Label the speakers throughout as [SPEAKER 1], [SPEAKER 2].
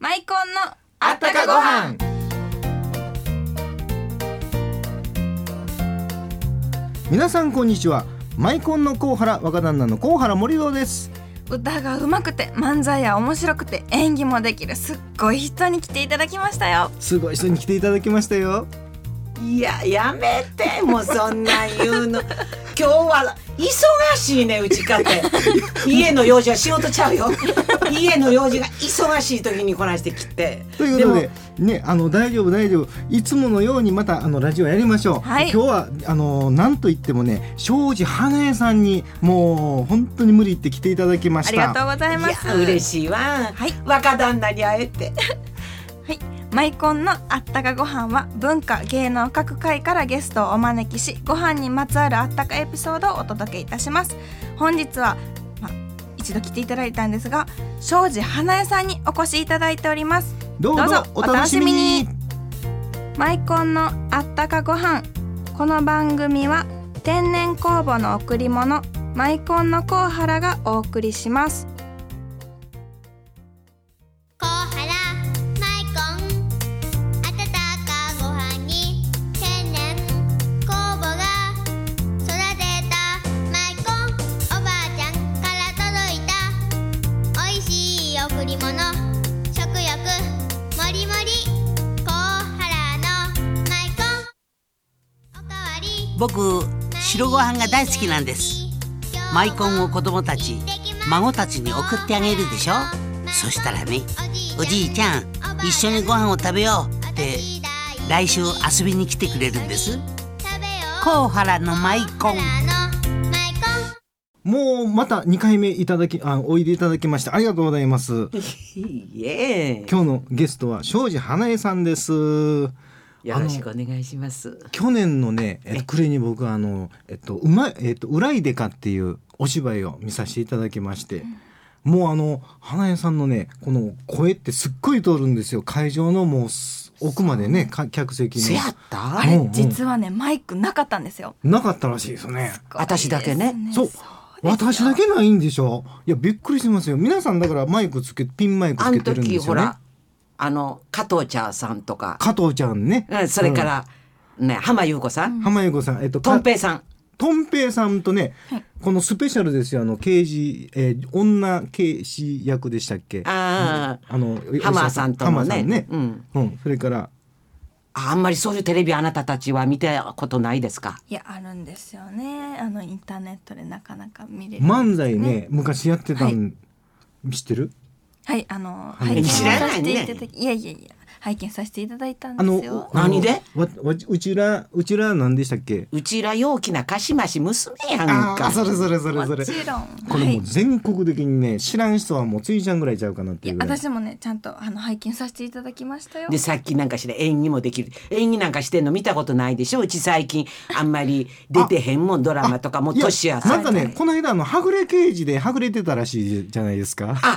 [SPEAKER 1] 大根の
[SPEAKER 2] あったかご飯
[SPEAKER 3] 皆さんこんにちはマイコンの高原若旦那の高原森堂です
[SPEAKER 1] 歌がうまくて漫才や面白くて演技もできるすっごい人に来ていただきましたよ
[SPEAKER 3] すごい人に来ていただきましたよ
[SPEAKER 2] いややめてもうそんなん言 うの今日は忙しいねうち家庭家の用事は仕事ちゃうよ家の用事が忙しい時にこなしてきて
[SPEAKER 3] ということでねあの大丈夫大丈夫いつものようにまたあのラジオやりましょう、
[SPEAKER 1] はい
[SPEAKER 3] 今日はあのなんといってもね庄司花江さんにもう本当に無理言って来ていただきま
[SPEAKER 1] あ
[SPEAKER 3] し
[SPEAKER 1] りが
[SPEAKER 3] た
[SPEAKER 1] とうござい
[SPEAKER 2] でも
[SPEAKER 1] ま
[SPEAKER 2] い
[SPEAKER 1] す
[SPEAKER 2] や嬉しいわ、
[SPEAKER 1] はい
[SPEAKER 2] 若旦那に会えて
[SPEAKER 1] はい、マイコンのあったかご飯は文化芸能各界からゲストをお招きしご飯にまつわるあったかエピソードをお届けいたします本日は、まあ、一度来ていただいたんですが庄司花江さんにお越しいただいております
[SPEAKER 3] どう
[SPEAKER 1] どう
[SPEAKER 3] ぞ
[SPEAKER 1] ぞ
[SPEAKER 3] お楽しみ
[SPEAKER 1] お
[SPEAKER 3] に
[SPEAKER 1] 楽マイコンのあったかご飯この番組は天然酵母の贈り物マイコンのコウハラがお送りします
[SPEAKER 4] 小原マイコン温かご飯に天然酵母が育てたマイコンおばあちゃんから届いたおいしい贈り物食欲もりもり小原のマイコンおかわり
[SPEAKER 5] 僕白ご飯が大好きなんですマイコンを子供たち孫たちに送ってあげるでしょそしたらねおじいちゃん一緒にご飯を食べようって来週遊びに来てくれるんです甲原のマイコン
[SPEAKER 3] もうまた2回目いただきあおいでいただきましてありがとうござ います
[SPEAKER 2] いいえ
[SPEAKER 3] 今日のゲストは庄司花江さんです
[SPEAKER 2] よろしくお願いします
[SPEAKER 3] 去年のね、えっと、暮れに僕はあの、えっと、うまい、えっと、裏いでかっていうお芝居を見させていただきまして、もうあの、花江さんのね、この声ってすっごい通るんですよ。会場のもうす奥までね、か客席
[SPEAKER 2] せ
[SPEAKER 3] の
[SPEAKER 2] や。った
[SPEAKER 1] あれ、
[SPEAKER 3] うんうん
[SPEAKER 1] 実はねマイクなかったんですよ。
[SPEAKER 3] なかったらしいですよね。
[SPEAKER 2] 私だけね
[SPEAKER 3] そう。私だけないんでしょいや、びっくりしますよ。皆さんだからマイクつけ、ピンマイク
[SPEAKER 2] あ
[SPEAKER 3] つけ
[SPEAKER 2] の
[SPEAKER 3] てるん
[SPEAKER 2] 時
[SPEAKER 3] です
[SPEAKER 2] ほ
[SPEAKER 3] よね
[SPEAKER 2] ら。あの加藤茶さんとか
[SPEAKER 3] 加藤ちゃんね。
[SPEAKER 2] うんそれから、ね浜優子さん、
[SPEAKER 3] うん。浜由子さん、えっと、
[SPEAKER 2] とんぺいさん
[SPEAKER 3] とんぺいさんとね、このスペシャルですよあの刑事、えー女刑事役でしたっけ
[SPEAKER 2] あー
[SPEAKER 3] あのお
[SPEAKER 2] ハマーさんとも
[SPEAKER 3] ハ
[SPEAKER 2] ね
[SPEAKER 3] マーさんね、
[SPEAKER 2] うん
[SPEAKER 3] うんそれから
[SPEAKER 2] ああんまりそういうテレビあなたたちは見たことないですか
[SPEAKER 1] いやあるんですよね。あのインターネットでなかなか見れる。
[SPEAKER 3] 漫才ね昔やってたん、知ってる
[SPEAKER 1] はいあの
[SPEAKER 3] い
[SPEAKER 1] 拝見
[SPEAKER 2] 知ら
[SPEAKER 1] さ
[SPEAKER 2] ない
[SPEAKER 1] せ
[SPEAKER 2] ね
[SPEAKER 1] ていただきいやいやいや拝見させていただいたん
[SPEAKER 3] あの
[SPEAKER 1] ですよ。
[SPEAKER 3] あの
[SPEAKER 2] 何で
[SPEAKER 3] わわうちらうちら何でしたっけ
[SPEAKER 2] うちら陽気なかしまし娘やん
[SPEAKER 3] あ
[SPEAKER 2] か
[SPEAKER 3] あそれそれそれそ
[SPEAKER 1] も
[SPEAKER 3] れ
[SPEAKER 1] ちろん
[SPEAKER 3] これ
[SPEAKER 1] は
[SPEAKER 3] も。
[SPEAKER 1] いう
[SPEAKER 3] 全国的にね知らん人はもうついちゃんぐらいちゃうかなっ
[SPEAKER 1] い
[SPEAKER 3] てい
[SPEAKER 1] や
[SPEAKER 3] うぐらい
[SPEAKER 1] 私もねちゃんとあの拝見させていただきましたよ
[SPEAKER 2] で。さっきなんかして演技もできる演技なんかしてんの見たことないでしょうち最近あんまり出てへんもんドラマとかもう
[SPEAKER 3] いや
[SPEAKER 2] 年や
[SPEAKER 3] なんか
[SPEAKER 2] さ
[SPEAKER 3] ねこの間あのはぐれ刑事ではぐれてたらしいじゃないですか
[SPEAKER 2] ああ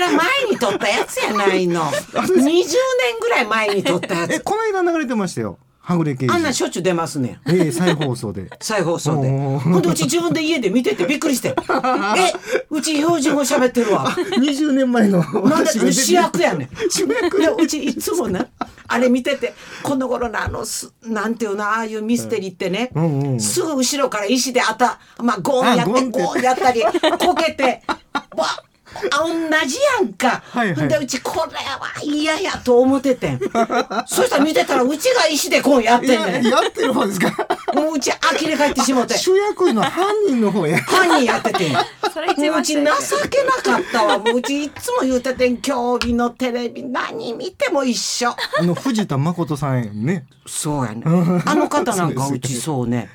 [SPEAKER 2] ら前に撮ったやつやないの20年ぐらい前に撮ったや
[SPEAKER 3] え
[SPEAKER 2] つ
[SPEAKER 3] この間流れてましたよはぐれ刑事
[SPEAKER 2] あんなんしょっちゅう出ますねん
[SPEAKER 3] えー再放送で
[SPEAKER 2] 再放送で
[SPEAKER 3] おー
[SPEAKER 2] ほんでうち自分で家で見ててびっくりしてえうち標準語喋ってるわ
[SPEAKER 3] 20年前の
[SPEAKER 2] なんで
[SPEAKER 3] 私が出てきた
[SPEAKER 2] 主役やねん
[SPEAKER 3] 主役
[SPEAKER 2] でうちいつもなあれ見ててこの頃のあのすなんていうのああいうミステリーってね、
[SPEAKER 3] うんうんうん
[SPEAKER 2] すぐ後ろから石であた、まあ、ゴーンやって
[SPEAKER 3] あゴンって
[SPEAKER 2] ゴーンやったりこけて わあ同じやんか、
[SPEAKER 3] はいはい
[SPEAKER 2] ほんでうちこれは嫌やと思っ ててんそしたら見てたらうちが石でゴーンやっ
[SPEAKER 3] い
[SPEAKER 2] てん
[SPEAKER 3] や
[SPEAKER 2] ねん
[SPEAKER 3] やってる方ですか
[SPEAKER 2] もううち呆れ返ってしもて
[SPEAKER 3] 主役の犯人の方や
[SPEAKER 2] 犯人やっててん
[SPEAKER 1] それ一
[SPEAKER 2] もうう
[SPEAKER 1] 番
[SPEAKER 2] ち
[SPEAKER 1] 最
[SPEAKER 2] 情け
[SPEAKER 1] 初
[SPEAKER 2] なかったわもううちいつも言うててん競技のテレビ何見ても一緒
[SPEAKER 3] あの藤田誠さんやね
[SPEAKER 2] そうやね。あの方なんか
[SPEAKER 3] そう
[SPEAKER 2] う
[SPEAKER 3] です
[SPEAKER 2] ちそうね。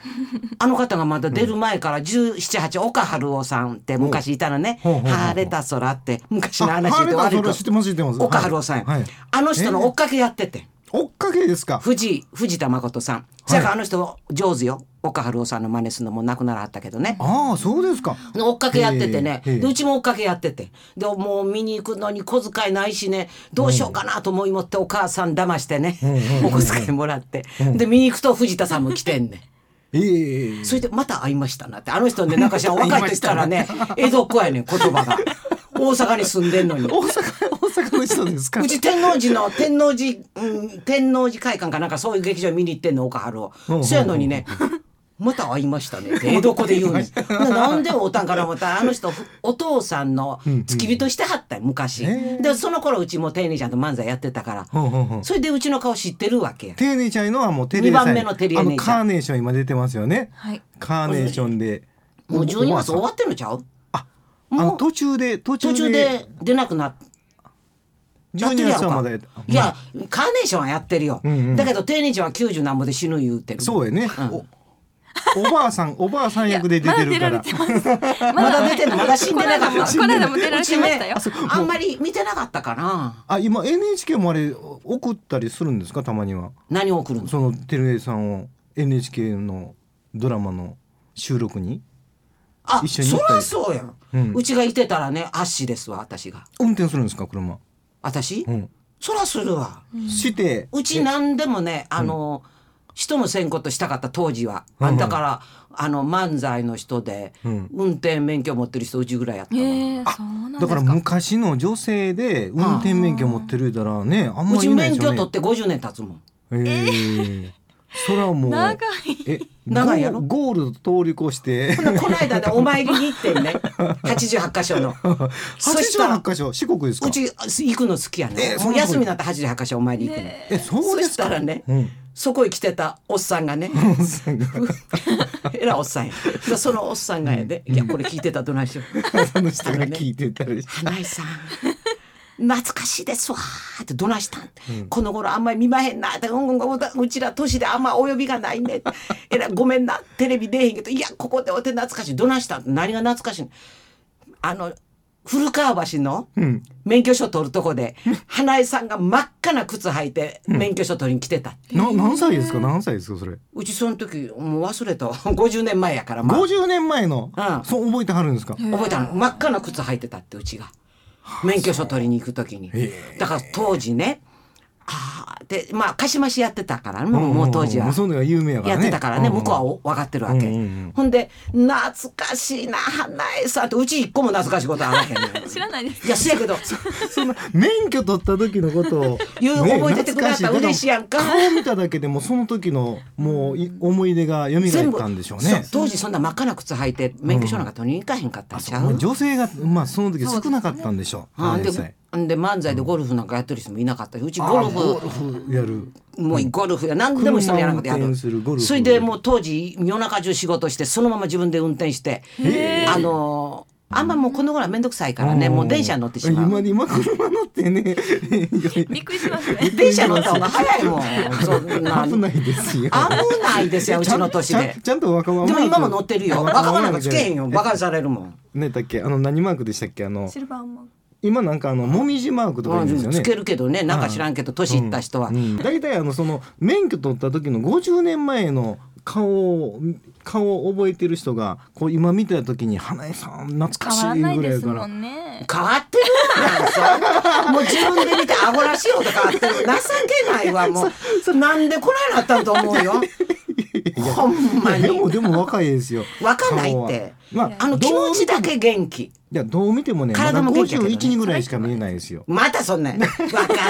[SPEAKER 2] あの方がまだ出る前から17、8、岡春夫さんって昔いたのね。
[SPEAKER 3] ほうほうほうほう
[SPEAKER 2] 晴れた空って昔の話
[SPEAKER 3] あ晴れ
[SPEAKER 2] で
[SPEAKER 3] た空
[SPEAKER 2] 悪いと
[SPEAKER 3] 知ってます知ってます
[SPEAKER 2] 岡春夫さんや、
[SPEAKER 3] はいはい
[SPEAKER 2] あの人の追っかけやってて。
[SPEAKER 3] 追っかけですか
[SPEAKER 2] 藤井藤田誠さん。そやからあの人上手よ。岡春夫さんの真似するのもなくならはったけどね。
[SPEAKER 3] ああそうですか
[SPEAKER 2] 追っかけやっててね
[SPEAKER 3] へえへえ
[SPEAKER 2] でうちも追っかけやっててでもう見に行くのに小遣いないしねどうしようかなと思いもってお母さん騙してね、お小遣いもらって、で見に行くと藤田さんも来てんねん。
[SPEAKER 3] ええ
[SPEAKER 2] それでまた会いましたなってあの人ねなんかしら若い時からね江戸っ子やねん言葉が大阪に住んでんのに
[SPEAKER 3] 大阪大阪の人ですか
[SPEAKER 2] うち天王寺の天王寺、うん、天王寺会館かなんかそういう劇場見に行ってんの岡春を
[SPEAKER 3] うんうん
[SPEAKER 2] そやのにねまた会いましたねって江戸っ子で言うのにななんで会うたんかな思ったらあの人お父さんの付き人してはったん昔、
[SPEAKER 3] へえ
[SPEAKER 2] でその頃うちも丁寧ちゃんと漫才やってたから、
[SPEAKER 3] ほうほうほう
[SPEAKER 2] それでうちの顔知ってるわけや
[SPEAKER 3] 丁寧ちゃんいうのはもうテレビさん
[SPEAKER 2] 二番目のテレ
[SPEAKER 3] あ
[SPEAKER 2] 姉ちゃん
[SPEAKER 3] のカーネーション今出てますよね
[SPEAKER 1] はい。
[SPEAKER 3] カーネーションで
[SPEAKER 2] もう12月終
[SPEAKER 3] おばあ
[SPEAKER 2] わってんのちゃ
[SPEAKER 3] さ
[SPEAKER 2] う
[SPEAKER 3] んあ
[SPEAKER 2] も
[SPEAKER 3] の
[SPEAKER 2] う
[SPEAKER 3] 途中で途中で
[SPEAKER 2] 途中で出なくなって
[SPEAKER 3] 12月はまだやっ
[SPEAKER 2] いやカーネーションはやってるよ、
[SPEAKER 3] うんうん
[SPEAKER 2] だけど丁寧ちゃんは90何ぼで死ぬ言うてる
[SPEAKER 3] そうやね、
[SPEAKER 2] ん
[SPEAKER 3] おおばあさんおばあさん役で出てるから
[SPEAKER 1] いやまだ出られてます。ま
[SPEAKER 2] まだ出てんのまだ死ん
[SPEAKER 1] こ
[SPEAKER 2] で
[SPEAKER 1] の
[SPEAKER 2] なか
[SPEAKER 1] 間
[SPEAKER 2] っ
[SPEAKER 1] も、
[SPEAKER 2] た
[SPEAKER 1] この間も出られてましたよ
[SPEAKER 2] う。ちねあんまり見てなかったかな
[SPEAKER 3] あ今 NHK もあれ送ったりするんですかたまには
[SPEAKER 2] 何を送るの
[SPEAKER 3] そのテレビさんを NHK のドラマの収録に
[SPEAKER 2] あ
[SPEAKER 3] 一緒に行
[SPEAKER 2] そ
[SPEAKER 3] った
[SPEAKER 2] ら
[SPEAKER 3] り
[SPEAKER 2] そうやん、
[SPEAKER 3] う
[SPEAKER 2] うんちがいてたらねアッシーですわ私が
[SPEAKER 3] 運転するんですか車、
[SPEAKER 2] 私、
[SPEAKER 3] うん、
[SPEAKER 2] そらするわ
[SPEAKER 3] して
[SPEAKER 2] うち何でもねあの、人のせんことしたかった当時は、
[SPEAKER 3] うんうん
[SPEAKER 2] だからあの漫才の人で、
[SPEAKER 3] うん
[SPEAKER 2] 運転免許持ってる人うちぐらいやった
[SPEAKER 1] え
[SPEAKER 2] わ、
[SPEAKER 1] えそうなんです
[SPEAKER 3] だ
[SPEAKER 1] か。
[SPEAKER 3] から昔の女性で運転免許持ってるだらねあん
[SPEAKER 2] う
[SPEAKER 3] まり
[SPEAKER 2] ち
[SPEAKER 3] いないで
[SPEAKER 2] 免
[SPEAKER 3] すよ
[SPEAKER 2] 許
[SPEAKER 3] ね
[SPEAKER 2] 取って50年経つもん
[SPEAKER 3] えーそれはもう
[SPEAKER 1] 長い
[SPEAKER 3] え
[SPEAKER 2] 長いやろ
[SPEAKER 3] ゴールド通り越して
[SPEAKER 2] ほなこの間でお参りに行って んね88箇所の そしたら
[SPEAKER 3] 88箇所四国ですか
[SPEAKER 2] うちあ行くの好きやね
[SPEAKER 3] え、ー
[SPEAKER 2] も
[SPEAKER 3] そうなん
[SPEAKER 2] う
[SPEAKER 3] だ
[SPEAKER 2] 休みになったら88か所お参り行くの、
[SPEAKER 1] ね
[SPEAKER 3] えそう
[SPEAKER 2] そ
[SPEAKER 3] で
[SPEAKER 2] し
[SPEAKER 3] すか
[SPEAKER 2] たらね、
[SPEAKER 3] うん
[SPEAKER 2] そこへ来てたおっさん がね えらいおっさんやでそのおっさんがやで、いやこれ聞いてたらどないしよう
[SPEAKER 3] その人が聞いてた りし
[SPEAKER 2] 花井さん懐かしいですわーってどないしたん、この頃あんまり見まへんなってうんうんうんうちら年であんまお呼びがないねえらいごめんなテレビ出えへんけどいやここでお手懐かしいどないしたん何が懐かしいのあの古川橋の
[SPEAKER 3] ん
[SPEAKER 2] 免許証取るとこで、花江さんが真っ赤な靴履いて免許証取りに来てた、
[SPEAKER 3] てな何歳ですか何歳ですかそれ
[SPEAKER 2] うちその時もう忘れたわ 50年前やから、まあ、
[SPEAKER 3] 50年前の
[SPEAKER 2] うん
[SPEAKER 3] そう覚えてはるんですか
[SPEAKER 2] 覚えたの真っ赤な靴履いてたってうちが免許証取りに行く時にだから当時ねああでまあ貸し増しやってたからねもう,、もう当時は
[SPEAKER 3] んんんそういうのが有名やから
[SPEAKER 2] や
[SPEAKER 3] ね
[SPEAKER 2] ってたからね、向こうは
[SPEAKER 3] んん
[SPEAKER 2] お分かってるわけ、
[SPEAKER 3] うんうんうん
[SPEAKER 2] ほんで「懐かしいな花江さん」ってうち一個も懐かしいことはあらへん ね
[SPEAKER 1] 知らないです
[SPEAKER 2] いやせやけど
[SPEAKER 3] そんな免許取った時のことを
[SPEAKER 2] 言う
[SPEAKER 3] ね
[SPEAKER 2] 覚えててくれはったら
[SPEAKER 3] 懐か
[SPEAKER 2] 嬉しいやんか
[SPEAKER 3] でも顔見ただけでもその時のもうい思い出が蘇ったんでしょう
[SPEAKER 2] そう
[SPEAKER 3] ね
[SPEAKER 2] 当時そんな真っ赤な靴履いて免許証なんか取りに行かへんかったんちゃう、
[SPEAKER 3] もう女性がまあその時少なかったんでしょう
[SPEAKER 2] あ
[SPEAKER 3] あ
[SPEAKER 2] ん
[SPEAKER 3] れ
[SPEAKER 2] で
[SPEAKER 3] ですね
[SPEAKER 2] んで漫才でゴルフなんかやってる人もいなかったしうち
[SPEAKER 3] あ
[SPEAKER 2] ゴルフ
[SPEAKER 3] ゴルフやる
[SPEAKER 2] もうゴルフや何でも人にやらなくてや
[SPEAKER 3] 車を運
[SPEAKER 2] る
[SPEAKER 3] 転するゴルフ
[SPEAKER 2] それでもう当時夜中中仕事してそのまま自分で運転してあのーあんまもうこの頃は面倒くさいからねもう電車に乗ってしま
[SPEAKER 3] 今
[SPEAKER 2] う。
[SPEAKER 3] 今車乗ってね
[SPEAKER 1] びっくりしますね。
[SPEAKER 2] 電車乗った方が早いもん。そんな
[SPEAKER 3] 危ないですよ
[SPEAKER 2] 危ないですようちの年
[SPEAKER 3] ちゃん
[SPEAKER 2] で
[SPEAKER 3] ちゃん。ちゃんと若者
[SPEAKER 2] でも今も乗ってるよ。若者なんかつけへんよ。
[SPEAKER 3] 若
[SPEAKER 2] バ
[SPEAKER 3] 者
[SPEAKER 2] カにされるもん。
[SPEAKER 3] ねだっけあの何マークでしたっけあの
[SPEAKER 1] シルバーも。
[SPEAKER 3] 今なんかあのもみじマークとか言うんですよね
[SPEAKER 2] つけるけどねなんか知らんけど年いった人は
[SPEAKER 3] う。ん大体あのその免許取った時の50年前の顔を顔を覚えてる人がこう今見た時に花江さん懐かしい
[SPEAKER 1] 変わら
[SPEAKER 3] ぐら
[SPEAKER 1] ないい
[SPEAKER 3] や
[SPEAKER 1] です
[SPEAKER 3] か
[SPEAKER 1] も
[SPEAKER 3] ら。
[SPEAKER 1] んね。
[SPEAKER 2] 変わってるわそうもう自分で見てアホらしいほど変わってる情けないわもう そなんでこ ないなったんと思うよほんま
[SPEAKER 3] いやで
[SPEAKER 2] に
[SPEAKER 3] もでも若いですよ。
[SPEAKER 2] 若ないって
[SPEAKER 3] 顔はまあ
[SPEAKER 2] あの気持ちだけ元気
[SPEAKER 3] いやどう見てもねまだ
[SPEAKER 2] 体も元気やけどね
[SPEAKER 3] 51人ぐらいしか見えないですよ。
[SPEAKER 2] またそんなん 若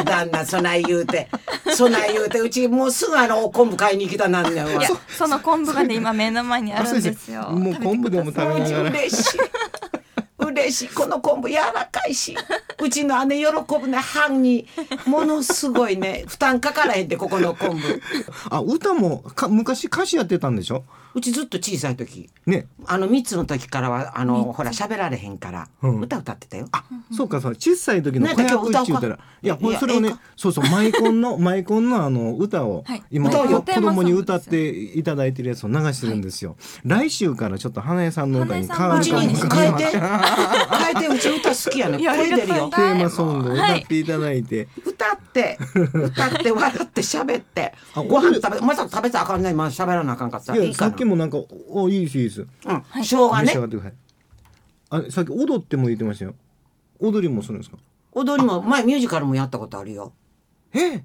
[SPEAKER 2] 旦那そない言うてそない言うてうちもうすぐあのお昆布買いに来たなんねん
[SPEAKER 1] い
[SPEAKER 2] わ
[SPEAKER 1] や、その昆布がね、今目の前にあるんですよ。
[SPEAKER 3] もう昆布でも食べ
[SPEAKER 2] もう
[SPEAKER 3] ながら。
[SPEAKER 2] 嬉しい嬉しいこの昆布柔らかいしうちの姉喜ぶね半にものすごいね負担かからへんってここの昆布
[SPEAKER 3] あ歌もか昔歌手やってたんでしょ。
[SPEAKER 2] うちずっと小さい時
[SPEAKER 3] ね。
[SPEAKER 2] あの3つの時からはあのほら喋られへんから、
[SPEAKER 3] うん
[SPEAKER 2] 歌歌ってたよ
[SPEAKER 3] あ、そうかそう小さい時の
[SPEAKER 2] ね
[SPEAKER 3] 子
[SPEAKER 2] 今日
[SPEAKER 3] 役
[SPEAKER 2] 歌
[SPEAKER 3] っ
[SPEAKER 2] おう
[SPEAKER 3] て
[SPEAKER 2] か
[SPEAKER 3] 言ったら、いやこ
[SPEAKER 2] い
[SPEAKER 3] れ
[SPEAKER 2] や
[SPEAKER 3] それを
[SPEAKER 2] ええ
[SPEAKER 3] ね
[SPEAKER 2] か、
[SPEAKER 3] そうそうマイコ ンのマイコンのあの歌を
[SPEAKER 1] はい
[SPEAKER 3] 今
[SPEAKER 1] 歌を
[SPEAKER 3] 子
[SPEAKER 1] よ
[SPEAKER 3] 供に歌っていただいてるやつを流してるんですよ。来週からちょっと花江さんの歌に変わ
[SPEAKER 2] う
[SPEAKER 3] る
[SPEAKER 2] ち
[SPEAKER 3] か
[SPEAKER 1] 花江
[SPEAKER 2] に
[SPEAKER 1] さん
[SPEAKER 3] も。
[SPEAKER 2] 変えて 変えてうち歌好きやね
[SPEAKER 1] いや
[SPEAKER 2] 声出る
[SPEAKER 1] あり
[SPEAKER 2] よ
[SPEAKER 1] が
[SPEAKER 3] テ
[SPEAKER 1] たい
[SPEAKER 3] ーマソングを歌っていただいて、
[SPEAKER 2] 歌って歌って笑って喋って
[SPEAKER 3] あ
[SPEAKER 2] ご飯食べまた食べたらあかんないまあ喋らなあかんかった
[SPEAKER 3] い、
[SPEAKER 2] らい
[SPEAKER 3] や
[SPEAKER 2] い
[SPEAKER 3] さ
[SPEAKER 2] か
[SPEAKER 3] っき
[SPEAKER 2] な
[SPEAKER 3] もなんかおいいですいいです。
[SPEAKER 2] うん、しょうが
[SPEAKER 3] 召し
[SPEAKER 2] ね
[SPEAKER 3] 上がってください。あさっき踊っても言ってましたよ。踊りもするんですか。
[SPEAKER 2] 踊りも前ミュージカルもやったことあるよ
[SPEAKER 3] ええ、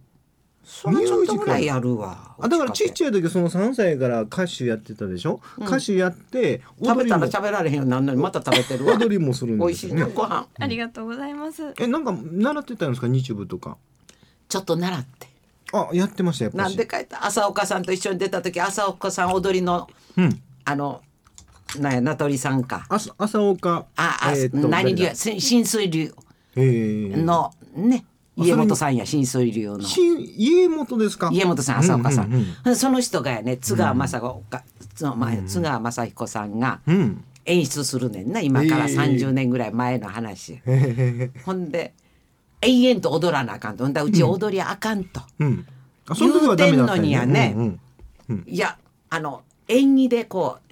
[SPEAKER 2] そんなちょっとぐらいやるわ
[SPEAKER 3] あだからちっ
[SPEAKER 2] ゃ
[SPEAKER 3] ちゃい時その3歳から歌手やってたでしょ、歌手やって
[SPEAKER 2] 食
[SPEAKER 3] 踊
[SPEAKER 2] べ
[SPEAKER 3] り
[SPEAKER 2] た
[SPEAKER 3] も
[SPEAKER 2] ら食べられへんようになんのにまた食べてるわ
[SPEAKER 3] 踊りもするん
[SPEAKER 2] 美味
[SPEAKER 3] で
[SPEAKER 2] し
[SPEAKER 3] す
[SPEAKER 2] い
[SPEAKER 3] よ
[SPEAKER 2] な
[SPEAKER 3] ね
[SPEAKER 2] ご飯
[SPEAKER 1] ありがとうございます。
[SPEAKER 3] えなんか習ってたんですか日舞とか
[SPEAKER 2] ちょっと習って
[SPEAKER 3] あやってましたやっぱし
[SPEAKER 2] なんでかいった朝岡さんと一緒に出た時朝岡さん踊りの
[SPEAKER 3] うん
[SPEAKER 2] あのなんや名取さんか
[SPEAKER 3] 朝朝岡
[SPEAKER 2] ああ、
[SPEAKER 3] えーっと
[SPEAKER 2] 何流
[SPEAKER 3] 誰だ
[SPEAKER 2] 浸浸水流
[SPEAKER 3] えー
[SPEAKER 2] のね
[SPEAKER 3] あそれ
[SPEAKER 2] 家
[SPEAKER 3] に
[SPEAKER 2] 元さんや浸水流の
[SPEAKER 3] 新家元ですか
[SPEAKER 2] 家元さん朝岡さん,、
[SPEAKER 3] うんうん
[SPEAKER 2] その人がやね津川雅子か、その前津川雅彦さんが
[SPEAKER 3] うん、うん
[SPEAKER 2] 演出するねんな今から
[SPEAKER 3] ええ
[SPEAKER 2] 30年ぐらい前の話、
[SPEAKER 3] へへへ
[SPEAKER 2] ほんで永遠と踊らなあかんとほんだらうち踊りあかんと、
[SPEAKER 3] うんあその時はダメだった
[SPEAKER 2] 言うてんのにやね
[SPEAKER 3] うんうん
[SPEAKER 2] いやあの演技でこう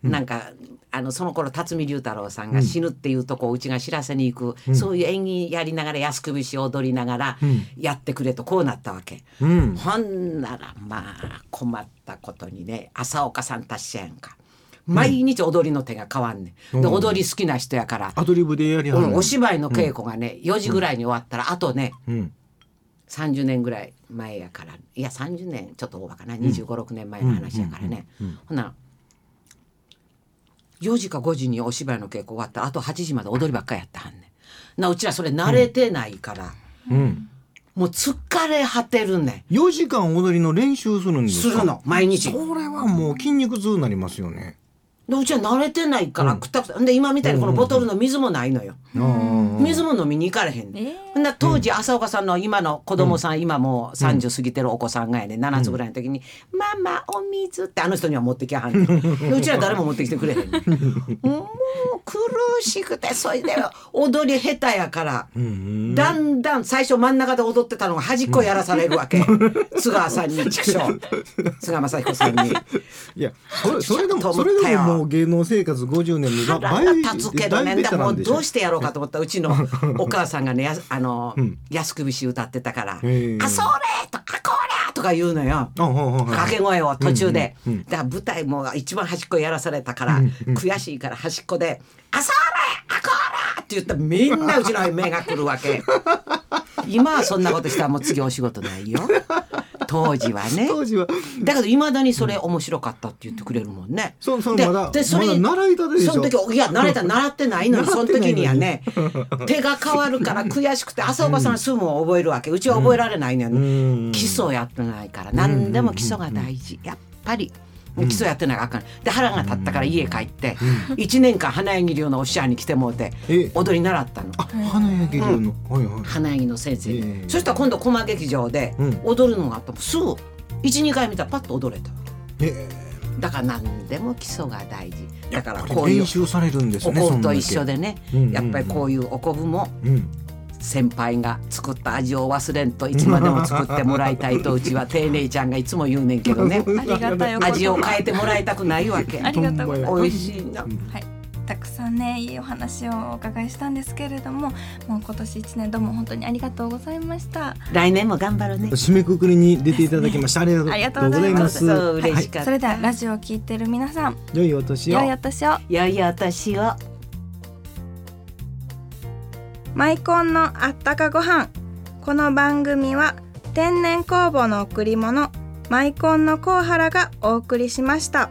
[SPEAKER 2] なんか、あのその頃辰巳龍太郎さんが死ぬっていうとこをうちが知らせに行く、そういう演技やりながら安首し踊りながらやってくれとこうなったわけ、
[SPEAKER 3] うん
[SPEAKER 2] ほんならまあ困ったことにね朝岡さん達者やんか毎日踊りの手が変わんね、ん、で
[SPEAKER 3] うん
[SPEAKER 2] 踊り好きな人やから、
[SPEAKER 3] アドリブでやりは
[SPEAKER 2] う
[SPEAKER 3] る
[SPEAKER 2] ん、お芝居の稽古がね4時ぐらいに終わったらあとね
[SPEAKER 3] うん
[SPEAKER 2] 30年ぐらい前やからいや30年ちょっとオーバーかな2 5 6年前の話やからね、ほんなら4時か5時にお芝居の稽古終わったらあと8時まで踊りばっかりやったはんねんなうちらそれ慣れてないから、
[SPEAKER 3] うん
[SPEAKER 2] もう疲れ果てるね
[SPEAKER 3] 4時間踊りの練習するん
[SPEAKER 2] ん
[SPEAKER 3] です
[SPEAKER 2] す
[SPEAKER 3] か
[SPEAKER 2] るの毎日
[SPEAKER 3] それはもう筋肉痛になりますよね
[SPEAKER 2] でうちは慣れてないからくたくた、ん、で今みたいにこのボトルの水もないのよ、
[SPEAKER 3] あ
[SPEAKER 2] 水も飲みに行かれへんねん、
[SPEAKER 1] え
[SPEAKER 2] ほんなら当時朝岡さんの今の子供さん、今もう30過ぎてるお子さんがやね7つぐらいの時に「ママお水」ってあの人には持ってきはんねんでうちら誰も持ってきてくれへんねんもう苦しくてそれで踊り下手やから、
[SPEAKER 3] ん
[SPEAKER 2] だんだん最初真ん中で踊ってたのが端っこやらされるわ け津川さんに畜生津川雅彦さんに。
[SPEAKER 3] いやそれそれで
[SPEAKER 2] ちょ
[SPEAKER 3] も
[SPEAKER 2] っと
[SPEAKER 3] そ
[SPEAKER 2] 思っ
[SPEAKER 3] れ
[SPEAKER 2] た
[SPEAKER 3] で
[SPEAKER 2] よ
[SPEAKER 3] ももう芸能生活50年の
[SPEAKER 2] 腹が立つけどね
[SPEAKER 3] ベ
[SPEAKER 2] だ
[SPEAKER 3] テ
[SPEAKER 2] から
[SPEAKER 3] ラ
[SPEAKER 2] も
[SPEAKER 3] ン
[SPEAKER 2] う
[SPEAKER 3] でし
[SPEAKER 2] ど
[SPEAKER 3] ょ
[SPEAKER 2] うしてやろうかと思ったらう ちのお母さんがねやすあの、安首し歌ってたから「
[SPEAKER 3] へえ
[SPEAKER 2] あそれ!」とか「こりゃ!」とか言うのよ。
[SPEAKER 3] あはいはいはい
[SPEAKER 2] 掛け声を途中で、だから舞台も一番端っこやらされたから、悔しいから端っこで「あそれあこら!」って言ったらみんなうちの目が来るわ け今はそんなことしたらもう次お仕事ないよ当時はね
[SPEAKER 3] 当時は
[SPEAKER 2] だけどいまだにそれ面白かったって言ってくれるもんね。
[SPEAKER 3] そうそう
[SPEAKER 2] で
[SPEAKER 3] まだ
[SPEAKER 2] でそれ
[SPEAKER 3] まだ習いたてでしょ
[SPEAKER 2] その時いや 慣れた習ってないのにそ
[SPEAKER 3] 習
[SPEAKER 2] の
[SPEAKER 3] ってないのに
[SPEAKER 2] 時に はね手が変わるから悔しくて朝岡さんはすぐも覚えるわけうちは覚えられないのよね、
[SPEAKER 3] うん
[SPEAKER 2] 基礎やってないから何でも基礎が大事やっぱり。基礎やってないからあかんで腹が立ったから家帰って1年間花柳流のお師匠に来てもうて
[SPEAKER 3] え
[SPEAKER 2] 踊り習ったの
[SPEAKER 3] あ花焼き流のはいはい
[SPEAKER 2] 花柳の先生に、
[SPEAKER 3] ええ
[SPEAKER 2] そしたら今度駒劇場で
[SPEAKER 3] うん
[SPEAKER 2] 踊るのがあったすぐ12回見たらパッと踊れたわ
[SPEAKER 3] え
[SPEAKER 2] だから何でも基礎が大事だから
[SPEAKER 3] ー
[SPEAKER 2] こういう
[SPEAKER 3] 練習されるんです
[SPEAKER 2] お
[SPEAKER 3] ね
[SPEAKER 2] 昆
[SPEAKER 3] そ
[SPEAKER 2] 布
[SPEAKER 3] んだ
[SPEAKER 2] と
[SPEAKER 3] け
[SPEAKER 2] 一緒でね、
[SPEAKER 3] うんうんうん
[SPEAKER 2] やっぱりこういうお昆布も
[SPEAKER 3] うん
[SPEAKER 2] 先輩が作った味を忘れんといつまでも作ってもらいたいとうちは丁寧ちゃんがいつも言うねんけ どね
[SPEAKER 1] ありがたいお言葉
[SPEAKER 2] 味を変えてもらいたくないわけ
[SPEAKER 1] ありがとうございます。
[SPEAKER 2] 美味しいな
[SPEAKER 1] はい、たくさんねいいお話をお伺いしたんですけれどももう今年一年どうも本当にありがとうございました
[SPEAKER 2] 来年も頑張ろうね
[SPEAKER 3] 締めくくりに出ていただきましたありがとうございます
[SPEAKER 2] ありがとうございます嬉しかった
[SPEAKER 1] それではラジオを聞いてる皆さん
[SPEAKER 3] 良いお年を
[SPEAKER 1] 良いお年を
[SPEAKER 2] 良いお年を
[SPEAKER 1] マイコンのあったかご飯この番組は天然酵母の贈り物マイコンのコウハラがお送りしました。